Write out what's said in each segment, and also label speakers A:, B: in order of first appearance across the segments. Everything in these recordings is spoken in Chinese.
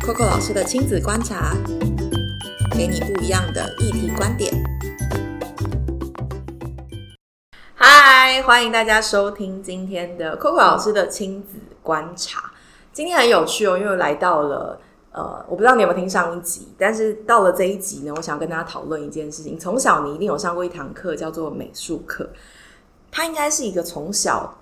A: Coco 老师的亲子观察，给你不一样的议题观点。嗨，欢迎大家收听今天的 Coco 老师的亲子观察。今天很有趣哦，因为来到了呃，我不知道你有没有听上一集，但是到了这一集呢，我想跟大家讨论一件事情。从小你一定有上过一堂课叫做美术课，它应该是一个从小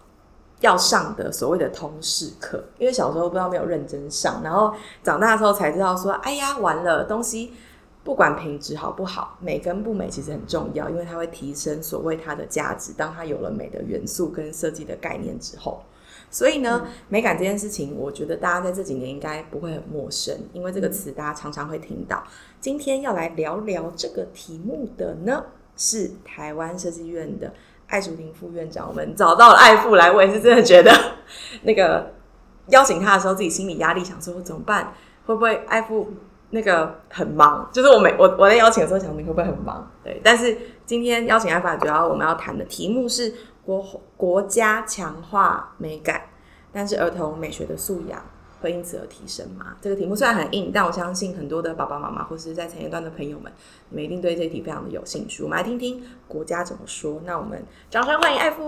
A: 要上的所谓的通识课，因为小时候不知道没有认真上，然后长大之后才知道说，哎呀，完了，东西不管品质好不好，美跟不美其实很重要，因为它会提升所谓它的价值。当它有了美的元素跟设计的概念之后，所以呢，美感这件事情，我觉得大家在这几年应该不会很陌生，因为这个词大家常常会听到。今天要来聊聊这个题目的呢，是台湾设计院的艾竹林副院长，我们找到了艾副来，我也是真的觉得 那个邀请他的时候，自己心理压力，想说怎么办？会不会艾副那个很忙？就是我每我我在邀请的时候，想你会不会很忙？对，但是今天邀请艾法，主要我们要谈的题目是国国家强化美感，但是儿童美学的素养。会因此而提升吗？这个题目虽然很硬，但我相信很多的爸爸妈妈或是在产业端的朋友们，你们一定对这题非常的有兴趣。我们来听听国家怎么说。那我们掌声欢迎艾富。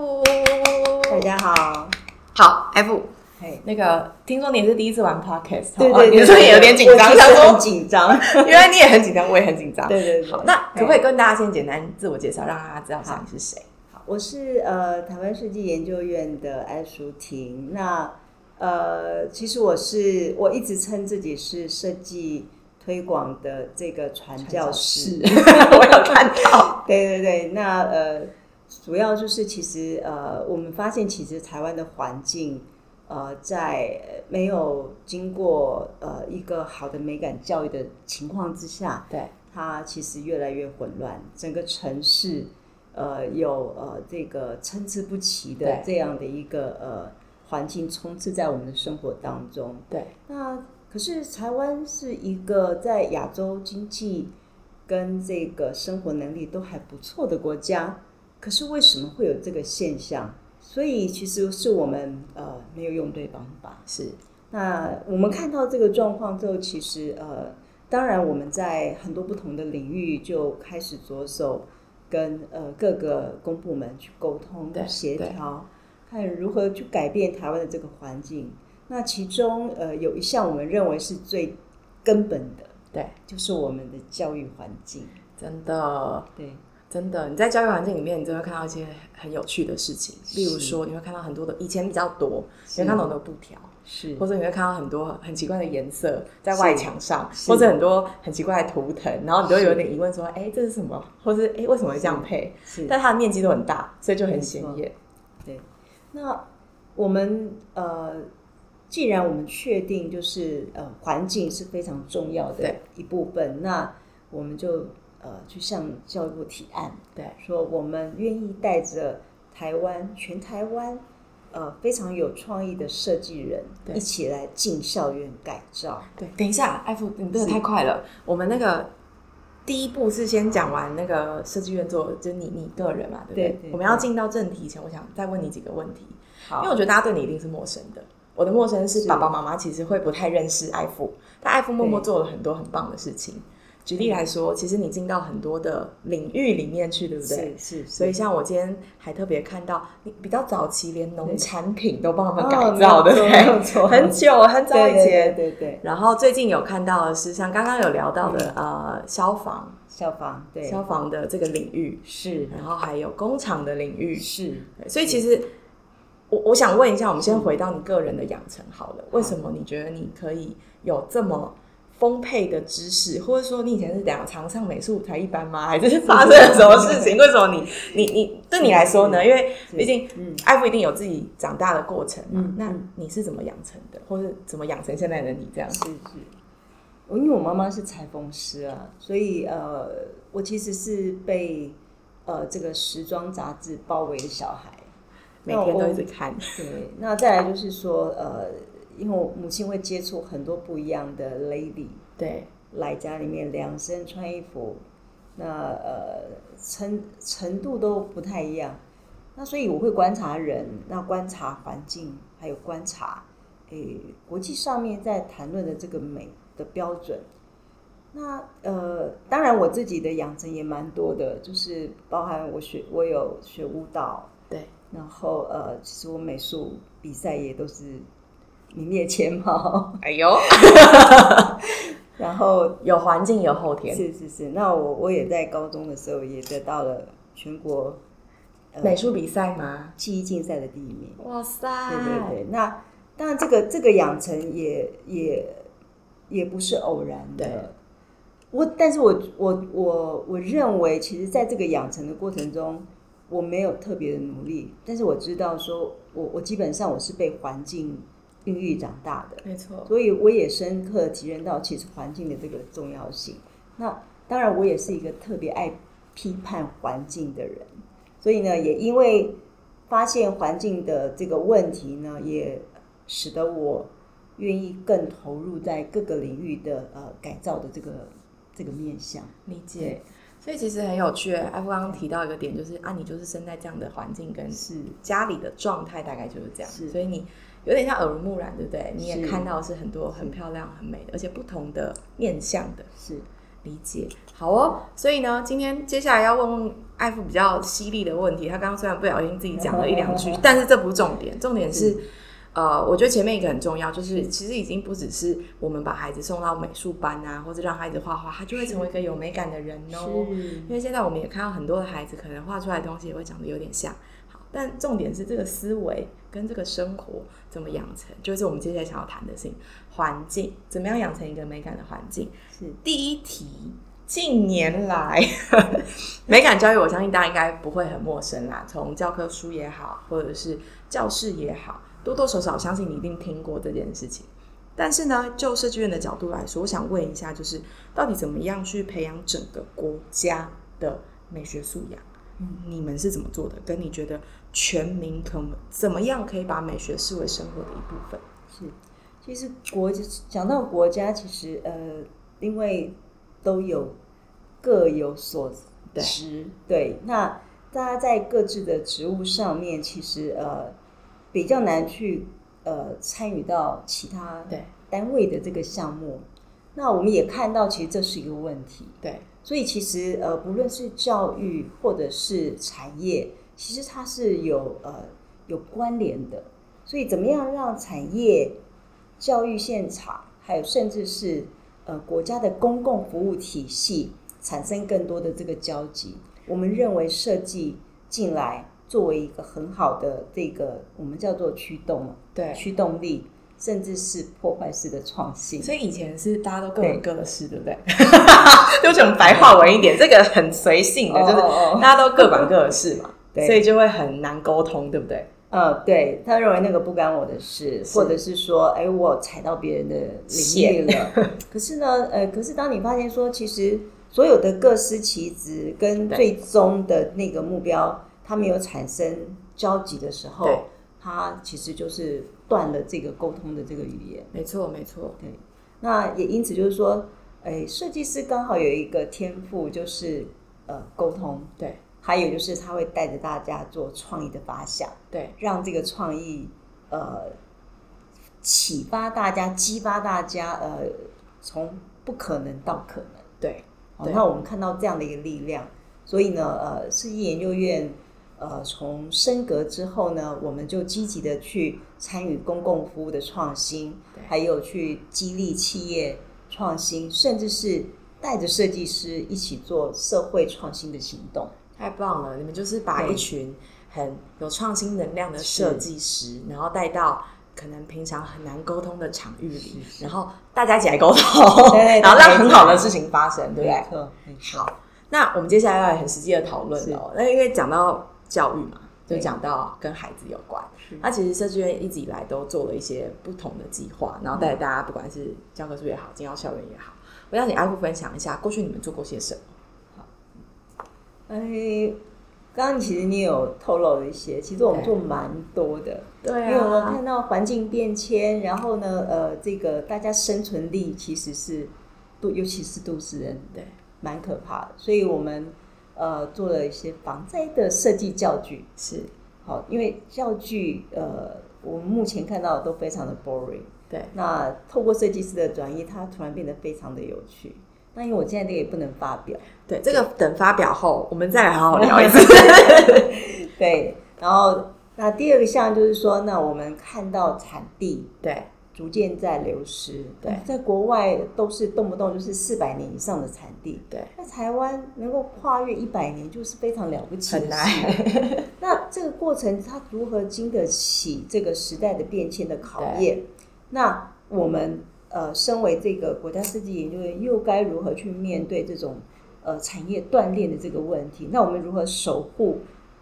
B: 大家好，
A: 好，艾富，
B: 嘿，
A: 哎那个听说你是第一次玩 podcast，
B: 对
A: 哦
B: 对对，
A: 你是不是也有点紧张？
B: 我其
A: 想
B: 实很
A: 说，
B: 紧张，
A: 原来你也很紧张，我也很紧张。
B: 对对对。
A: 好，那可不可以跟大家先简单自我介绍，让大家知道一下你是谁？
B: 我是呃台湾设计研究院的艾淑婷。那呃，其实我是我一直称自己是设计推广的这个传教士。 哦
A: 我有看到，
B: 对对对，那呃，主要就是其实呃，我们发现其实台湾的环境呃，在没有经过呃一个好的美感教育的情况之下，
A: 对，
B: 它其实越来越混乱，整个城市呃有呃这个参差不齐的
A: 对
B: 这样的一个呃环境充斥在我们的生活当中。
A: 对，
B: 那可是台湾是一个在亚洲经济跟这个生活能力都还不错的国家，可是为什么会有这个现象？所以其实是我们呃没有用对方法。
A: 是
B: 那我们看到这个状况之后，其实呃，当然我们在很多不同的领域就开始着手跟呃各个公部门去沟通
A: 对、
B: 协
A: 对
B: 调，看如何去改变台湾的这个环境。那其中呃有一项我们认为是最根本的，
A: 对，
B: 就是我们的教育环境。
A: 真的。
B: 对，
A: 真的，你在教育环境里面，你真的会看到一些很有趣的事情，
B: 是
A: 例如说，你会看到很多的以前比较多，你
B: 是
A: 会看到很多布条，
B: 是
A: 或者你会看到很多很奇怪的颜色在外墙上，
B: 是
A: 或者很多很奇怪的图腾，然后你都有点疑问说，哎、这是什么？或是哎、为什么会这样配？
B: 是
A: 但它的面积都很大，所以就很显眼。
B: 那我们呃，既然我们确定就是呃环境是非常重要的
A: 对
B: 一部分，那我们就呃去向教育部提案，
A: 对，
B: 说我们愿意带着台湾全台湾呃非常有创意的设计人
A: 对
B: 一起来进校园改造。
A: 对，等一下，艾芙，你真的太快了。我们那个第一步是先讲完那个设计院做，就是你你个人嘛，对不对？
B: 对对
A: 我们要进到正题前，我想再问你几个问题。
B: 好
A: 因为我觉得大家对你一定是陌生的。我的陌生是
B: 是
A: 爸爸妈妈其实会不太认识艾父，但艾父默默做了很多很棒的事情。举例来说，其实你进到很多的领域里面去，对不对？
B: 是是，
A: 所
B: 以
A: 以像我今天还特别看到你比较早期连农产品都帮我们
B: 哦
A: 改造，对不
B: 没有
A: 对？
B: 错
A: 很久很早以
B: 对对
A: 前。
B: 对对，
A: 然后最近有看到的是，像刚刚有聊到的呃消防
B: 消防嗯对
A: 消防的这个领域，
B: 是
A: 然后还有工厂的领域，
B: 是
A: 对所以其实我我想问一下，我们先回到你个人的养成好了，为什么你觉得你可以有这么丰沛的知识，或者说你以前是两常上美术才一般吗？ 还是发生了什么事情？为什么你你你对你来说呢？因为毕竟
B: 嗯
A: 艾弗一定有自己长大的过程嘛，
B: 嗯
A: 那
B: 嗯
A: 你是怎么养成的，或是怎么养成现在的你这样？
B: 是是，我因为我妈妈是裁缝师啊，所以呃，我其实是被呃这个时装杂志包围的小孩。
A: 每
B: 那我
A: 天都一直看，
B: 对，那再来就是说呃，因为我母亲会接触很多不一样的 lady
A: 对
B: 来家里面量身穿衣服，那呃程程度都不太一样。那所以我会观察人，那观察环境，还有观察，诶，国际上面在谈论的这个美，的标准。那呃，当然我自己的养成也蛮多的，就是包含我学我有学舞蹈，
A: 对，
B: 然后呃，其实我美术比赛也都是名列前茅，
A: 哎呦，
B: 然后
A: 有环境有后天，
B: 是是是，那我我也在高中的时候也得到了全国
A: 美术比赛吗？
B: 记忆竞赛的第一名。
A: 哇哦塞，
B: 对对对，那当然这个这个养成也也也不是偶然
A: 对
B: 的。我但是我我我我认为，其实在这个养成的过程中，我没有特别的努力，但是我知道说我我基本上我是被环境孕育长大的，
A: 没错，
B: 所以我也深刻体验到其实环境的这个重要性。那当然，我也是一个特别爱批判环境的人，所以呢，也因为发现环境的这个问题呢，也使得我愿意更投入在各个领域的呃改造的这个这个面向。
A: 理解。所以其实很有趣，阿夫刚刚提到一个点，就是啊，你就是生在这样的环境跟
B: 是
A: 家里的状态大概就是这样，
B: 是
A: 所以你有点像耳濡目染，对不对？你也
B: 是
A: 看到是很多很漂亮、很美的，而且不同的面向的
B: 是，
A: 理解。好哦，所以呢，今天接下来要问问艾夫比较犀利的问题。他刚刚虽然不小心自己讲了一两句，但是这不是重点，重点是。呃，我觉得前面一个很重要，就是其实已经不只是我们把孩子送到美术班啊，或者让孩子画画，他就会成为一个有美感的人哦。
B: 是
A: 因为现在我们也看到很多的孩子，可能画出来的东西也会长得有点像。好，但重点是这个思维跟这个生活怎么养成，就是我们接下来想要谈的事情。环境怎么样养成一个美感的环境？
B: 是
A: 第一题，近年来 美感教育，我相信大家应该不会很陌生啦。从教科书也好，或者是教室也好，多多少少相信你一定听过这件事情。但是呢，就设计院的角度来说，我想问一下，就是到底怎么样去培养整个国家的美学素养？
B: 嗯
A: 你们是怎么做的？跟你觉得全民可怎么样可以把美学视为生活的一部分？
B: 是，其实国讲到国家，其实呃，因为都有各有所
A: 对
B: 职，对，那大家在各自的职务上面，其实呃比较难去呃参与到其他
A: 对
B: 单位的这个项目。那我们也看到，其实这是一个问题。
A: 对，
B: 所以其实呃，不论是教育或者是产业，其实它是有呃有关联的。所以怎么样让产业、教育现场，还有甚至是呃国家的公共服务体系产生更多的这个交集？我们认为设计进来作为一个很好的这个我们叫做驱动嘛，
A: 对
B: 驱动力，甚至是破坏式的创新。
A: 所以以前是大家都各
B: 对
A: 有各的事，对不对？ 就讲白话文一点，这个很随性的，就是
B: 哦哦哦
A: 大家都各管各的事嘛，
B: 对
A: 所以就会很难沟通，对不对？
B: 呃，对他认为那个不干我的事，
A: 是
B: 或者是说，哎，我踩到别人的领域 了。可是呢，呃，可是当你发现说，其实所有的各司其职跟
A: 对
B: 最终的那个目标，他没有产生交集的时
A: 对
B: 候，他其实就是断了这个沟通的这个语言。
A: 没错，没错，
B: 对，那也因此就是说，哎，设计师刚好有一个天赋，就是呃沟通，
A: 对
B: 还有就是他会带着大家做创意的发想。
A: 对
B: 让这个创意呃启发大家、激发大家，呃，从不可能到可能。
A: 对
B: 好，
A: 对
B: 那我们看到这样的一个力量，所以呢，呃，设计研究院呃从升格之后呢，我们就积极的去参与公共服务的创新
A: 对，
B: 还有去激励企业创新，甚至是带着设计师一起做社会创新的行动。
A: 太棒了！你们就是把
B: 对
A: 一群很有创新能量的设计师，然后带到。可能平常很难沟通的场域里，
B: 是是
A: 然后大家一起来沟通，
B: 对对
A: 然后让很好的
B: 没错
A: 事情发生，对不对
B: 没？错，没错
A: 好，那我们接下来要很实际的讨论了哦。那因为讲到教育嘛，就
B: 对
A: 讲到跟孩子有关
B: 是。
A: 那其实设计院一直以来都做了一些不同的计划，然后带大家不管是教科书也好，进到校园也好，我让你阿布分享一下过去你们做过些什么。
B: 哎，刚刚其实你有透露了一些，其实我们
A: 对
B: 做蛮多的，
A: 对啊
B: 因为我们看，到环境变迁，然后呢，呃，这个大家生存力其实是都，尤其是都市人
A: 对
B: 蛮可怕的，所以我们呃做了一些防灾的设计教具，
A: 是，
B: 好，因为教具呃我们目前看到的都非常的 boring，
A: 对，
B: 那透过设计师的转移，它突然变得非常的有趣。那因为我现在这个也不能发表，
A: 对，这个等发表后，我们再来好好聊一 次。
B: 对。然后那第二个项就是说，那我们看到产地
A: 对，
B: 逐渐在流失，
A: 对
B: 哦在国外都是动不动就是四百年以上的产地，
A: 对，
B: 那台湾能够跨越一百年，就是非常了不起的
A: 很
B: 事
A: 难。
B: 那这个过程，它如何经得起这个时代的变迁的考验？那我们呃，身为这个国家设计研究院，又该如何去面对这种呃产业断裂的这个问题？那我们如何守护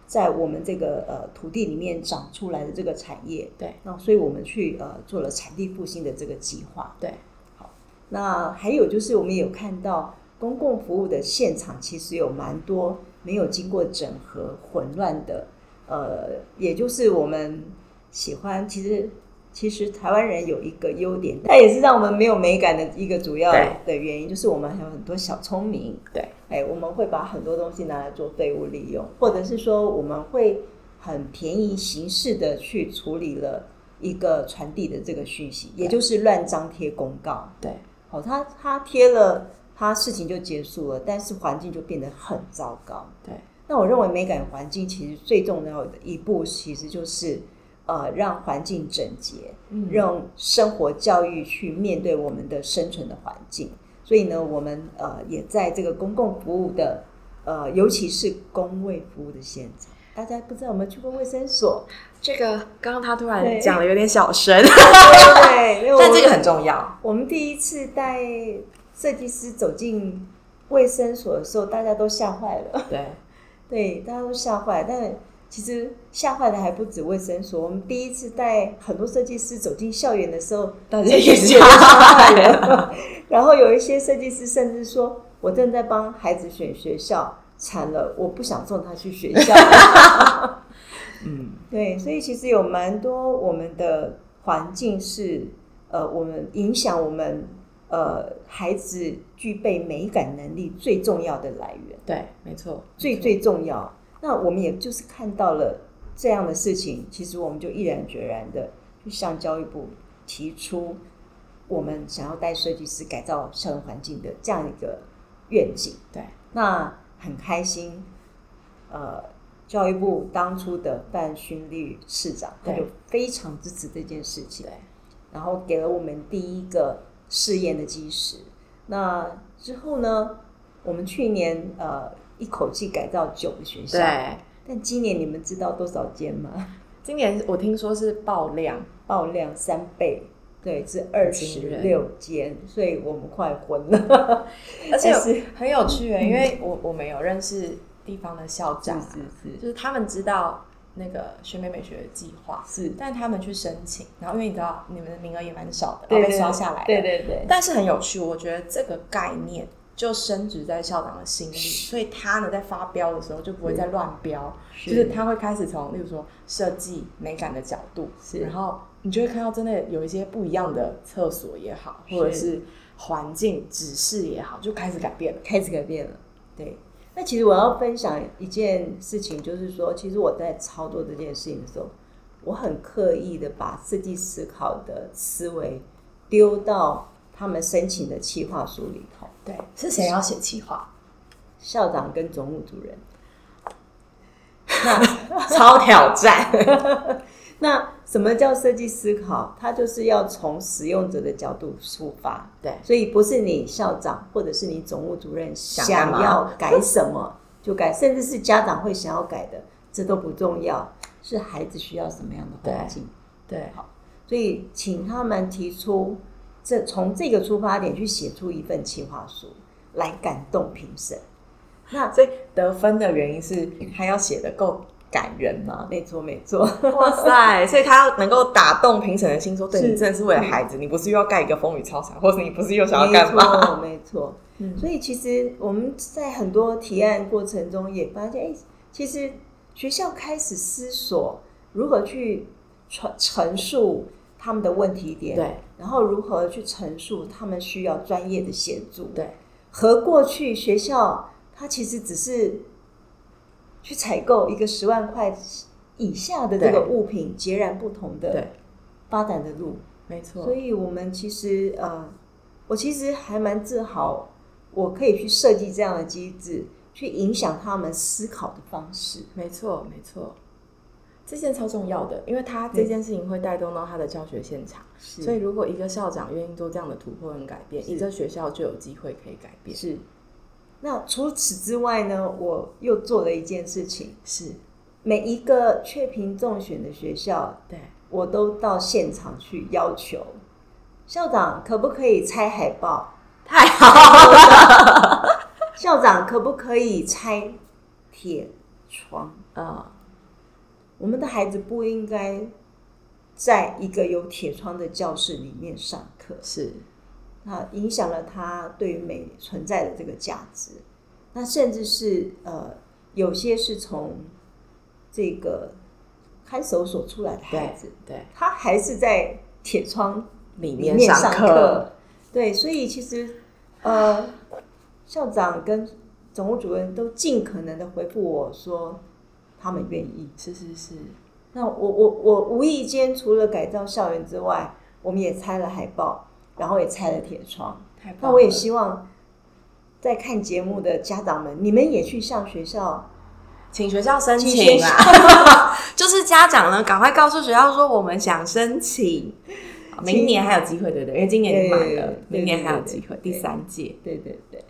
B: 在我们这个呃土地里面长出来的这个产业？
A: 对，
B: 那啊所以我们去呃做了产地复兴的这个计划。
A: 对，
B: 好，那还有就是我们有看到公共服务的现场其实有蛮多没有经过整合、混乱的，呃，也就是我们喜欢其实。其实台湾人有一个优点，但也是让我们没有美感的一个主要
A: 对
B: 的原因，就是我们还有很多小聪明。
A: 对，
B: 哎，我们会把很多东西拿来做废物利用，或者是说我们会很便宜形式的去处理了一个传递的这个讯息，也就是乱张贴公告。
A: 对，
B: 好、哦，他他贴了，他事情就结束了，但是环境就变得很糟糕。
A: 对，
B: 那我认为美感环境其实最重要的一步，其实就是呃让环境整洁，
A: 嗯
B: 让生活教育去面对我们的生存的环境。所以呢，我们呃也在这个公共服务的呃，尤其是公卫服务的现场，大家不知道有没有去过卫 生所？
A: 这个刚刚他突然
B: 对
A: 讲的有点小声，
B: 对，因为 我
A: 但这个很重要。
B: 我们第一次带设计师走进卫生所的时候，大家都吓坏了。
A: 对，
B: 对，大家都吓坏了，但其实吓坏的还不止卫生所。我们第一次带很多设计师走进校园的时候，
A: 大家也
B: 也 都吓坏了。然后有一些设计师甚至说：“我正在帮孩子选学校，惨了，我不想送他去学校。”
A: 嗯，
B: 对，所以其实有蛮多我们的环境是呃，我们影响我们呃孩子具备美感能力最重要的来源，
A: 对，没错，
B: 最最重要。那我们也就是看到了这样的事情，其实我们就毅然决然的去向教育部提出我们想要带设计师改造校园环境的这样一个愿景。
A: 对，
B: 那很开心，呃，教育部当初的范勋律市长，他
A: 对
B: 就非常支持这件事情
A: 对，，
B: 然后给了我们第一个试验的基石。那之后呢，我们去年呃一口气改造九个学校，
A: 对。
B: 但今年你们知道多少间吗？
A: 今年我听说是爆量，
B: 爆量三倍。对，是二
A: 惊
B: 十
A: 人
B: 六间，所以我们快昏了。
A: 而且
B: 但是
A: 很有趣欸耶，因为我我们有认识地方的校长啊，
B: 是
A: 就是他们知道那个学妹美学的计划，
B: 是是，
A: 但他们去申请，然后因为你知道你们的名额也蛮少的，
B: 对
A: 然
B: 对
A: 后被刷下来了
B: 对对对，
A: 但是很有趣，我觉得这个概念就深植在校长的心里，所以他呢在发标的时候就不会再乱标，就是他会开始从，例如说设计美感的角度，
B: 是
A: 然后你就会看到真的有一些不一样的厕所也好，
B: 是
A: 或者是环境指示也好，就开始改变了。
B: 开始改变了。对，那其实我要分享一件事情，就是说，其实我在操作这件事情的时候，我很刻意的把设计思考的思维丢到他们申请的企划书里头。
A: 对，是谁要写企 划？
B: 校长跟总务主任，
A: 超挑战。
B: 那什么叫设计思考？它就是要从使用者的角度出发，
A: 对
B: 所以不是你校长或者是你总务主任
A: 想干
B: 想
A: 嘛
B: 要改什么 就改，甚至是家长会想要改的，这都不重要，是孩子需要什么样的环境。
A: 对，
B: 所以请他们提出这从这个出发点去写出一份企划书来感动评审。那
A: 所以得分的原因是他要写的够感人吗？
B: 没错没错，
A: 哇塞！所以他要能够打动评审的心，说对
B: 是
A: 你真的是为了嗯孩子，你不是又要盖一个风雨操场，或者你不是又想要
B: 没
A: 干嘛？
B: 错没错。
A: 嗯
B: 所以其实我们在很多提案过程中也发现，哎、其实学校开始思索如何去陈陈述他们的问题点，
A: 对，
B: 然后如何去陈述他们需要专业的协助，
A: 对，
B: 和过去学校它其实只是去采购一个十万块以下的这个
A: 对
B: 物品截然不同的
A: 对
B: 发展的路。
A: 没错
B: 所，以我们其实呃，我其实还蛮自豪，我可以去设计这样的机制，去影响他们思考的方式。
A: 没错，没错，这件超重要的，因为他这件事情会带动到他的教学现场，
B: 是
A: 所以如果一个校长愿意做这样的突破跟改变，
B: 是
A: 一个学校就有机会可以改变。
B: 是。那除此之外呢，我又做了一件事情，
A: 是，
B: 每一个确评中选的学校，
A: 对，
B: 我都到现场去要求校长可不可以拆海报，
A: 太 好，
B: 校长可不可以拆铁窗。
A: 嗯，
B: 我们的孩子不应该在一个有铁窗的教室里面上课，
A: 是，
B: 那影响了他对于美存在的这个价值。那甚至是呃，有些是从这个看守所出来的孩
A: 对
B: 子，，
A: 对，
B: 他还是在铁窗
A: 里
B: 里
A: 面
B: 面
A: 上
B: 上
A: 课，
B: 课。对，所以其实呃，校长跟总务主任都尽可能的回复我说，他们愿意。
A: 是是是，
B: 那我我我无意间除了改造校园之外，我们也拆了海报，然后也拆了铁窗。
A: 太棒了。
B: 那我也希望在看节目的家长们，你们也去向学校
A: 请学校申
B: 请学
A: 请
B: 校
A: 啊，就是家长呢，赶快告诉学校说我们想申请，明年还有机会，对不对？因为今年已经满
B: 对对
A: 了
B: 对，
A: 明年还有机会，
B: 对对对
A: 第三届
B: 对对对，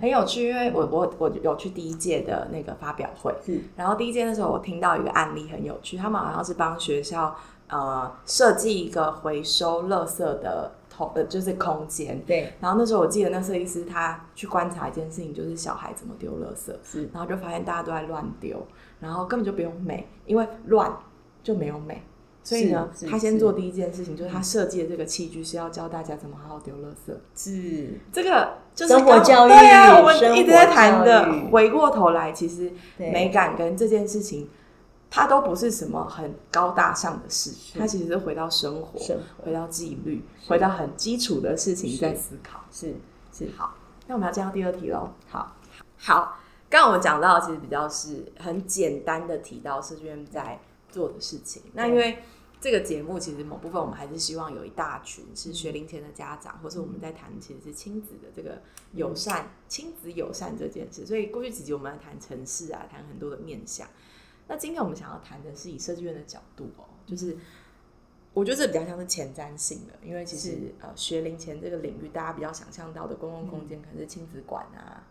A: 很有趣，因为我我我有去第一届的那个发表会，
B: 是
A: 然后第一届那时候我听到一个案例很有趣，他们好像是帮学校呃设计一个回收垃圾的头呃就是空间。
B: 对
A: 然后那时候我记得那设计师他去观察一件事情，就是小孩怎么丢垃圾，
B: 是
A: 然后就发现大家都在乱丢，然后根本就不用美，因为乱就没有美。所以呢
B: 是，是
A: 他先做第一件事情，就是他设计的这个器具是要教大家怎么好好丢垃圾。
B: 是，
A: 这个就是
B: 生活
A: 刚
B: 教育
A: 对啊，我们
B: 生活
A: 一直在谈
B: 教
A: 的
B: 育。
A: 回过头来，其实
B: 对
A: 美感跟这件事情，它都不是什么很高大上的事，它其实是回到生活，
B: 生
A: 回到纪律，回到很基础的事情在思考。
B: 是是
A: 好，那我们要进到第二题喽。好，好，刚刚我们讲到，其实比较是很简单的提到社区在做的事情。那因为这个节目其实某部分我们还是希望有一大群是学龄前的家长，或是我们在谈其实是亲子的这个友善、亲子友善这件事。所以过去几集我们来谈城市啊，谈很多的面向。那今天我们想要谈的是以设计院的角度哦，就是我觉得这比较像是前瞻性的，因为其实呃学龄前这个领域，大家比较想象到的公共空间可能是亲子馆啊、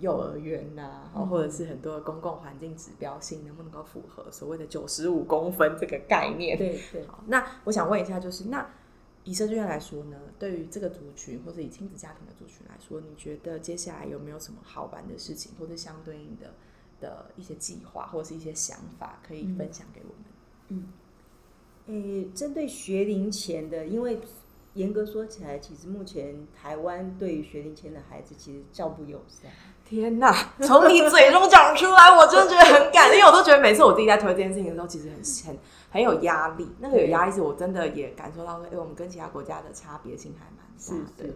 A: 幼儿园呐、啊，或者是很多的公共环境指标性能不能够符合所谓的九十五公分这个概念。
B: 对对
A: 好，那我想问一下，就是那以社区院来说呢，对于这个族群或者以亲子家庭的族群来说，你觉得接下来有没有什么好玩的事情，或者相对应的的一些计划或者是一些想法可以分享给我们？
B: 诶，针对学龄前的，因为严格说起来，其实目前台湾对于学龄前的孩子其实较不友善。
A: 天呐，从你嘴中讲出来，我真的觉得很感动，因为我都觉得每次我自己在推这件事情的时候，其实很很很有压力。那个有压力是我真的也感受到说，哎、我们跟其他国家的差别性还蛮大的。
B: 是。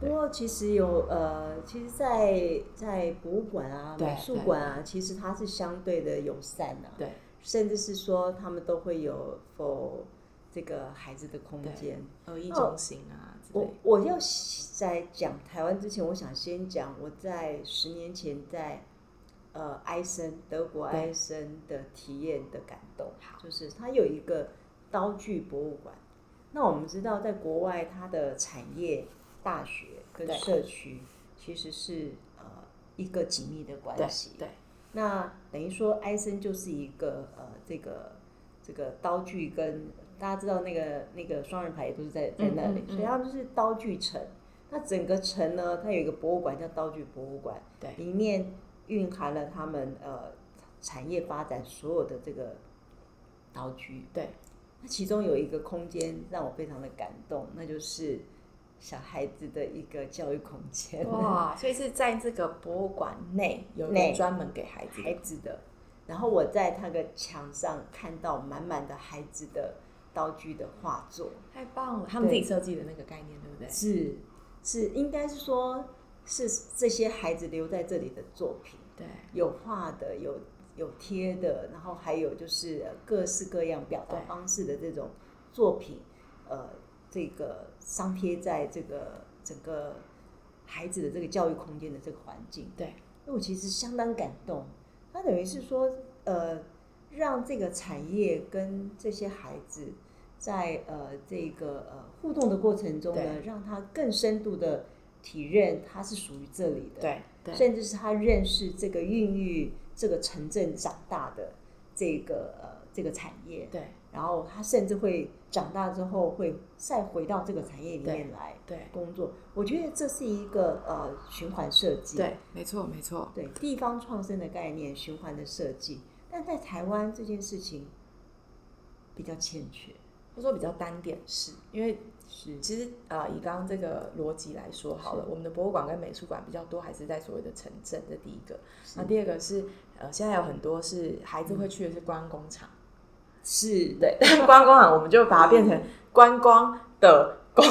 B: 不过其实有呃，其实在，在博物馆啊、
A: 对
B: 美术馆啊，其实它是相对的友善的、
A: 对，
B: 甚至是说他们都会有否这个孩子的空间。
A: 二意中心啊之类
B: 我我要在讲台湾之前，我想先讲我在十年前在呃埃森德国
A: 对
B: 埃森的体验的感动
A: 好，
B: 就是它有一个刀具博物馆。那我们知道，在国外它的产业、大学跟
A: 对
B: 社区其实是呃一个紧密的关
A: 对
B: 系。
A: 对，
B: 那等于说，埃森就是一个呃，这个这个刀具跟大家知道那个那个双人牌也都是在在那里
A: 嗯，嗯嗯
B: 所以它就是刀具城。那整个城呢，它有一个博物馆叫刀具博物馆，
A: 对
B: 里面蕴含了他们呃产业发展所有的这个刀具。
A: 对，
B: 那其中有一个空间让我非常的感动，那就是小孩子的一个教育空间。
A: 哇，所以是在这个博物馆内有一
B: 内
A: 个专门给孩子的
B: 孩子的。然后我在他的墙上看到满满的孩子的刀具的画作，
A: 太棒了，他们自
B: 对
A: 己设计的那个概念，对不对？
B: 是是，应该是说是这些孩子留在这里的作品，
A: 对，
B: 有画的，有有贴的，然后还有就是呃各式各样表达
A: 对
B: 方式的这种作品，呃，这个张贴在这个整个孩子的这个教育空间的这个环境。
A: 对，
B: 那我其实相当感动。他等于是说，呃，让这个产业跟这些孩子在呃这个呃互动的过程中呢
A: 对，
B: 让他更深度的体认他是属于这里的。
A: 对对
B: 甚至是他认识这个孕育这个城镇长大的这个呃这个产业，
A: 对
B: 然后他甚至会长大之后会再回到这个产业里
A: 对
B: 面来
A: 对
B: 工作。我觉得这是一个呃循环设计，
A: 对，没错没错，
B: 对地方创生的概念，循环的设计，但在台湾这件事情比较欠 缺，
A: 他说比较单点式，因为
B: 是
A: 其实呃，以刚刚这个逻辑来说好了，我们的博物馆跟美术馆比较多，还是在所谓的城镇，这第一个。那第二个是呃，现在有很多是孩子会去的是观光工厂，
B: 嗯是
A: 对，观光工厂我们就把它变成观光 的工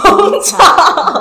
A: 厂，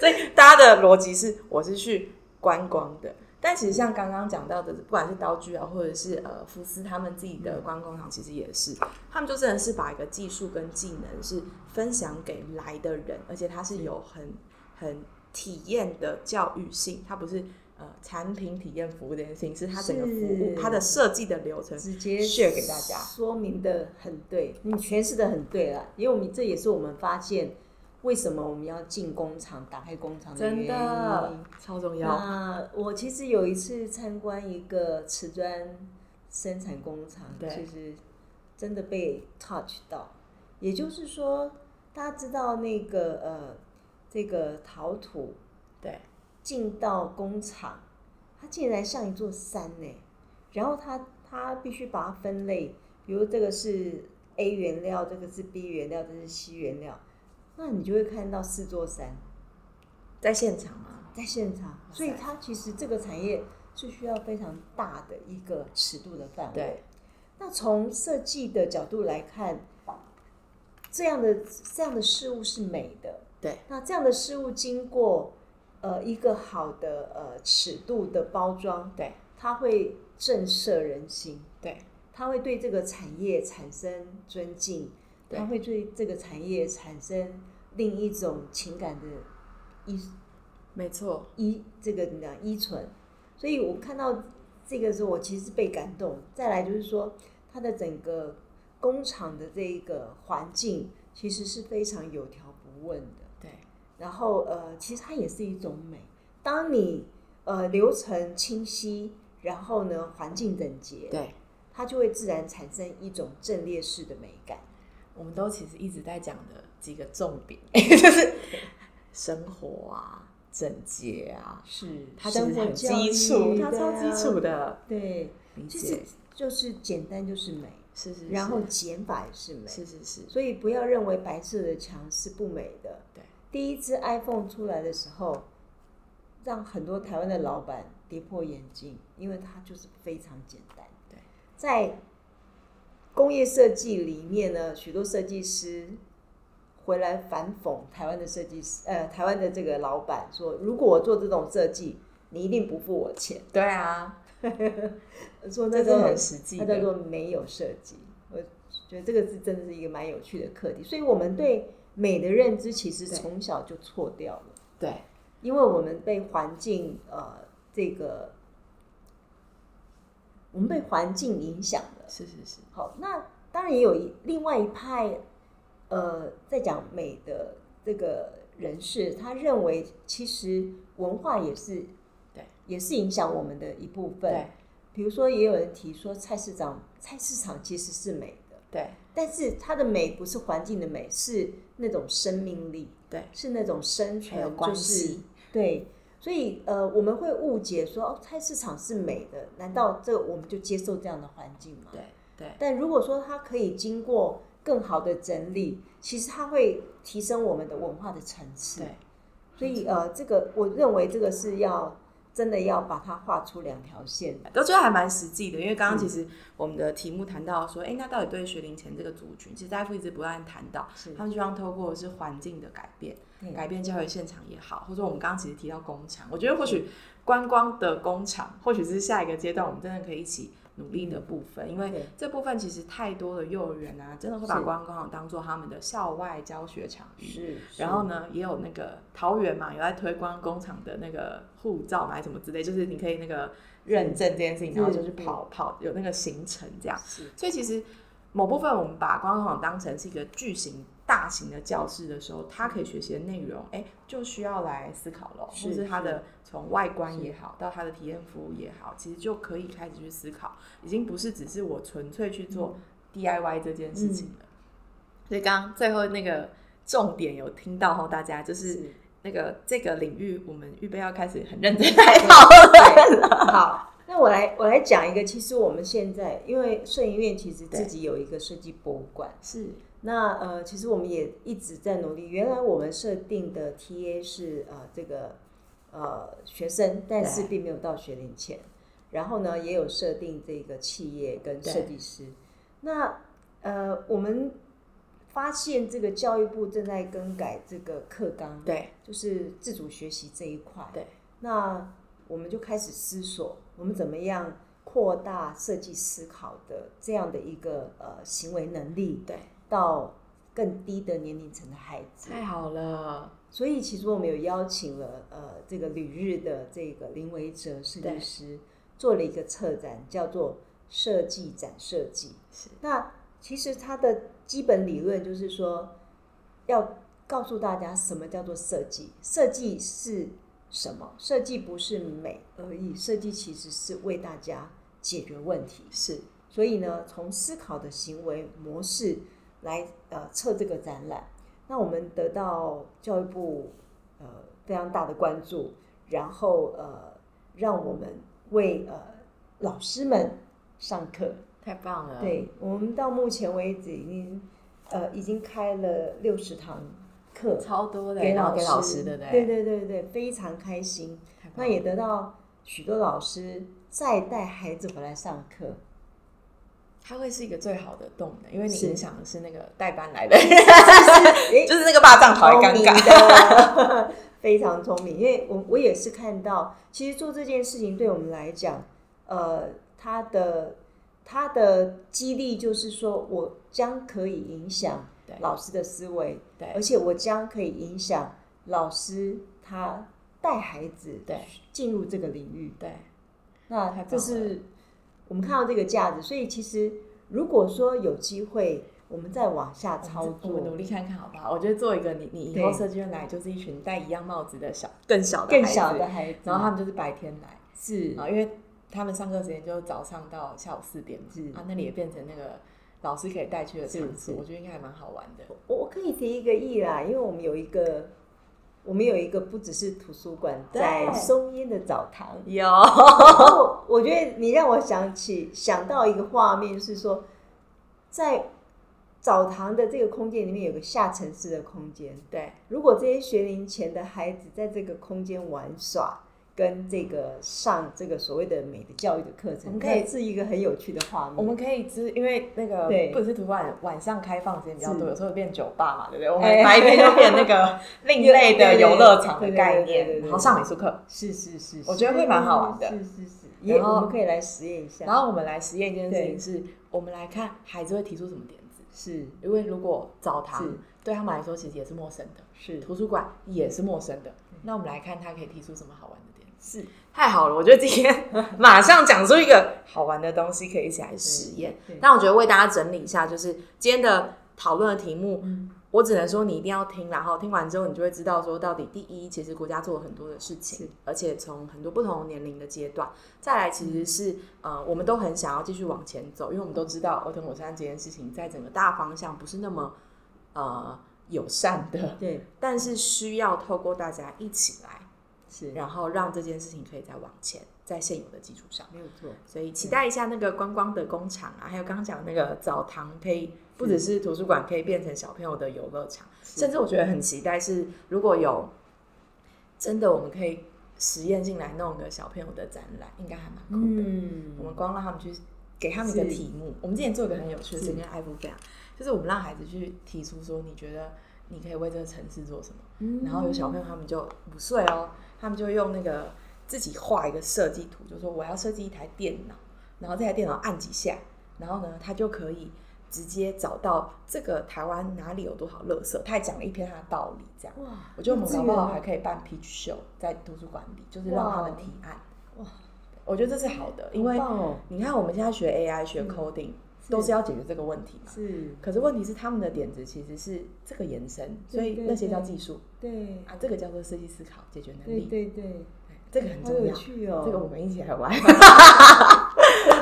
A: 所以大家的逻辑是我是去观光的。但其实像刚刚讲到的，不管是刀具啊，或者是呃福斯他们自己的观光工厂，其实也是，他们就真的是把一个技术跟技能是分享给来的人，而且它是有很很体验的教育性，它不是呃产品体验服务这件事情，是它整个服务
B: 是
A: 它的设计的流程
B: 直接
A: share 给大家
B: 说明的很对，你诠释的很对了，因为我们这也是我们发现为什么我们要进工厂、打开工厂原
A: 真
B: 因。
A: 的超重要。
B: 那我其实有一次参观一个瓷砖生产工厂，
A: 对
B: 其实真的被 touch 到。也就是说，大家知道那个呃，这个陶土
A: 对
B: 进到工厂，它竟然像一座山呢。然后它它必须把它分类，比如这个是 A 原料，这个是 B 原料，这是 C 原料，那你就会看到四座山。
A: 在现场吗？
B: 在现场，
A: 哇塞
B: 所以它其实这个产业是需要非常大的一个尺度的范围。
A: 对
B: 那从设计的角度来看，这样的这样的事物是美的。
A: 对
B: 那这样的事物经过呃一个好的呃尺度的包装，
A: 对
B: 它会震慑人心，
A: 对
B: 它会对这个产业产生尊敬，
A: 对
B: 它会对这个产业产生另一种情感的依
A: 没错，
B: 依这个怎么讲依存，所以我看到这个时候，我其实是被感动。再来就是说，它的整个工厂的这一个环境其实是非常有条不紊的。
A: 对
B: 然后呃，其实它也是一种美。当你呃流程清晰，然后呢环境整洁，
A: 对，
B: 它就会自然产生一种阵列式的美感。
A: 我们都其实一直在讲的几个重点， 就是生活啊、整洁啊，
B: 是
A: 它其实
B: 生活
A: 很
B: 教
A: 基础，
B: 育
A: 它超基础。的。
B: 对啊
A: 理
B: 对，就
A: 解
B: 是就是简单就是美。
A: 是是，
B: 然后
A: 是
B: 减法也是美，
A: 是是是，
B: 所以不要认为白色的墙是不美的。
A: 对，
B: 第一支 iPhone 出来的时候，让很多台湾的老板跌破眼镜，因为它就是非常简单。
A: 对，
B: 在工业设计里面呢，许多设计师回来反讽台湾的设计师，呃，台湾的这个老板说，如果我做这种设计，你一定不付我钱。
A: 对啊，
B: 说那
A: 这
B: 个
A: 是很实际
B: 它叫
A: 的。
B: 做没有设计。我觉得这个是真的是一个蛮有趣的课题，所以我们对美的认知其实
A: 对
B: 从小就错掉了，
A: 对
B: 因为我们被环境呃这个，我们被环境影响了。
A: 是是是，
B: 好，那当然也有一另外一派，呃，在讲美的这个人士，他认为其实文化也是
A: 对
B: 也是影响我们的一部分。
A: 对
B: 比如说，也有人提说菜市场，菜市场其实是美的，
A: 对
B: 但是它的美不是环境的美，是那种生命力，
A: 对，
B: 是那种生
A: 还有
B: 存，
A: 关
B: 就是
A: 系，
B: 对。所以呃，我们会误解说哦，菜市场是美的，难道这我们就接受这样的环境吗？
A: 对对
B: 但如果说它可以经过更好的整理，其实它会提升我们的文化的层次。
A: 对，
B: 所以呃，这个我认为这个是要真的要把它画出两条线来。
A: 都觉得还蛮实际的，因为
B: 嗯
A: 刚刚其实我们的题目谈到说，哎、那到底对学龄前这个族群，其实大夫一直不断谈到，
B: 是
A: 他们希望透过是环境的改变，
B: 对
A: 改变教育现场也好，或者我们刚刚其实提到工厂，我觉得或许观光的工厂，或许是下一个阶段我们真的可以一起努力的部分，因为
B: 对
A: 这部分其实太多的幼儿园啊，真的会把
B: 是
A: 观光港当做他们的校外教学场域。
B: 是，
A: 然后呢，也有那个桃园嘛，有在推观光工厂的那个护照嘛，还是什么之类，就是你可以那个认证这件事情，
B: 是
A: 然后就是跑跑有那个行程这样。
B: 是？是
A: 所以其实某部分我们把观光工厂当成是一个巨型大型的教室的时候，它可以学习的内容，哎，就需要来思考咯，
B: 是
A: 或是它的
B: 是
A: 从外观也好，到它的体验服务也好，其实就可以开始去思考，已经不是只是我纯粹去做 DIY 这件事情了。所以嗯刚刚最后那个重点有听到后，大家就是
B: 是
A: 那个这个领域，我们预备要开始很认真来讨论了。
B: 好，那我来我来讲一个，其实我们现在因为摄影院其实自己有一个设计博物馆，
A: 是
B: 那呃，其实我们也一直在努力。原来我们设定的 TA 是呃这个呃学生，但是
A: 对
B: 并没有到学龄前。然后呢，也有设定这个企业跟
A: 对
B: 设计师。那呃，我们发现这个教育部正在更改这个课纲，
A: 对
B: 就是自主学习这一块。
A: 对，
B: 那我们就开始思索，我们怎么样扩大设计思考的这样的一个呃行为能力
A: 对，
B: 到更低的年龄层的孩子。
A: 太好了，
B: 所以其实我们有邀请了呃这个旅日的这个林维哲设计师做了一个策展，叫做“设计展设计
A: 是”。
B: 那其实它的基本理论就是说，要告诉大家什么叫做设计，设计是什么？设计不是美而已，设计其实是为大家解决问题。
A: 是
B: 所以呢，从思考的行为模式来呃测这个展览，那我们得到教育部呃非常大的关注，然后呃让我们为呃老师们上课。
A: 太棒了。
B: 对我们到目前为止已经呃已经开了六十堂课，
A: 超多的，
B: 给
A: 然
B: 老
A: 后
B: 师
A: 给老师，对不对？
B: 对对对对，非常开心。
A: 太棒
B: 那
A: 了
B: 也得到许多老师再带孩子回来上课。
A: 它会是一个最好的动能，因为你
B: 是
A: 影响的是那个代班 来的人，
B: 诶
A: 就是那个霸占
B: 聪明。的，非常聪明。因为我我也是看到，其实做这件事情对我们来讲，呃，它的它的激励就是说我将可以影响
A: 对
B: 老师的思维，
A: 对
B: 而且我将可以影响老师他带孩子
A: 对
B: 进入这个领域。
A: 对，太
B: 那
A: 棒
B: 这是我们看到这个价值，所以其实如果说有机会，我们再往下操
A: 我们努
B: 作。
A: 力看看好不好？我觉得做一个你你以
B: 对
A: 后设计院来就是一群戴一样帽子的小更小的
B: 更
A: 孩子
B: 小的，孩子，
A: 然后他们就是白天来，
B: 是
A: 啊，因为他们上课时间就早上到下午四点嘛
B: 是，
A: 啊，那里也变成那个老师可以带去的场
B: 是是
A: 所，我觉得应该还蛮好玩的。
B: 我我可以提一个意啦，因为我们有一个，我们有一个不只是图书馆，
A: 对。
B: 在松烟的澡堂
A: 有，
B: 然后我觉得你让我想起想到一个画面，是说在澡堂的这个空间里面有个下沉式的空间。
A: 对，
B: 如果这些学龄前的孩子在这个空间玩耍，跟这个上这个所谓的美的教育的课
A: 我
B: 程，
A: 们可以
B: 那是一个很有趣的画面。
A: 我们可以知，因为那个
B: 对
A: 不只是图书馆晚上开放时间比较多，
B: 是
A: 有时候变酒吧嘛，对不对？我
B: 哎
A: 们白天就变那 个另类的游乐场的概
B: 对对对对对
A: 念，
B: 对
A: 然后上美术课，
B: 是是是，
A: 我觉得会蛮好玩的
B: 是是是，也
A: 然后
B: 我们可以来实验一下。
A: 然后我们来实验一件事情是，我们来看孩子会提出什么点子，
B: 是
A: 因为如果澡堂
B: 是
A: 对他们来说其实也是陌生的，
B: 是
A: 图书馆也是陌生的，
B: 嗯
A: 那我们来看他可以提出什么好玩的点子。
B: 是
A: 太好了，我觉得今 天马上讲出一个好玩的东西，可以一起来实验
B: 对。
A: 但我觉得为大家整理一下，就是今天的讨论的题目，
B: 嗯
A: 我只能说你一定要听，然后听完之后，你就会知道说到底，第一，其实国家做了很多的事情
B: 是，
A: 而且从很多不同年龄的阶段，再来其
B: 嗯
A: 实是呃，我们都很想要继续往前走，因为我们都知道儿童友善这件事情在整个大方向不是那么呃友善的，
B: 对
A: 但是需要透过大家一起来。
B: 是
A: 然后让这件事情可以再往前，在现有的基础上。
B: 没有错，
A: 所以期待一下那个观光的工厂
B: 嗯
A: 啊，还有刚刚讲的那个澡堂，可以不只是图书馆，可以变成小朋友的游乐场，
B: 是
A: 甚至我觉得很期待是如果有真的我们可以实验进来弄个小朋友的展览，应该还蛮酷的。
B: 嗯
A: 我们光让他们去给他们一个题目，我们之前做一个很有趣的事情
B: 是
A: 跟艾弗讲，就是我们让孩子去提出说你觉得你可以为这个城市做什么。
B: 嗯
A: 然后有小朋友他们就五岁哦，他们就用那个自己画一个设计图，就说我要设计一台电脑，然后这台电脑按几下，然后呢，他就可以直接找到这个台湾哪里有多少垃圾。他还讲了一篇他的道理，这样。
B: 哇，
A: 我觉得我们搞不好还
B: 嗯那资源
A: 可以办 pitch show 在图书馆里，就是让他们提案。
B: 哇，
A: 我觉得这是好的，因为
B: 好棒嗯哦
A: 你看我们现在学 AI 学 coding、都是要解决这个问题嘛。
B: 是，
A: 可是问题是他们的点子其实是这个延伸，
B: 对
A: 所以
B: 对
A: 那些
B: 对
A: 叫技术
B: 对，
A: 啊，这个叫做设计思考、解决能
B: 对
A: 力，
B: 对对，
A: 对这个很
B: 好
A: 重
B: 有
A: 要。
B: 趣哦，
A: 这个我们一起来玩。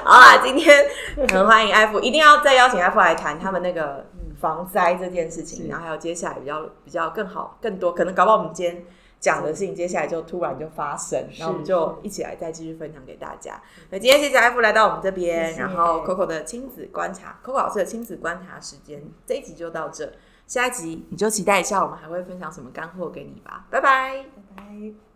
A: 好啦，今天很欢迎艾夫，一定要再邀请艾夫来谈他们那个防灾这件事情，
B: 是
A: 然后还有接下来比较比较更好、更多，可能搞不好我们今天讲的事情，接下来就突然就发生，然后我们就一起来再继续分享给大家。那今天谢谢艾夫来到我们这边，
B: 谢谢
A: 然后 Coco 的亲子观察，Coco 老师的亲子观察时间，这一集就到这，下一集你就期待一下，我们还会分享什么干货给你吧，拜拜。
B: 拜拜。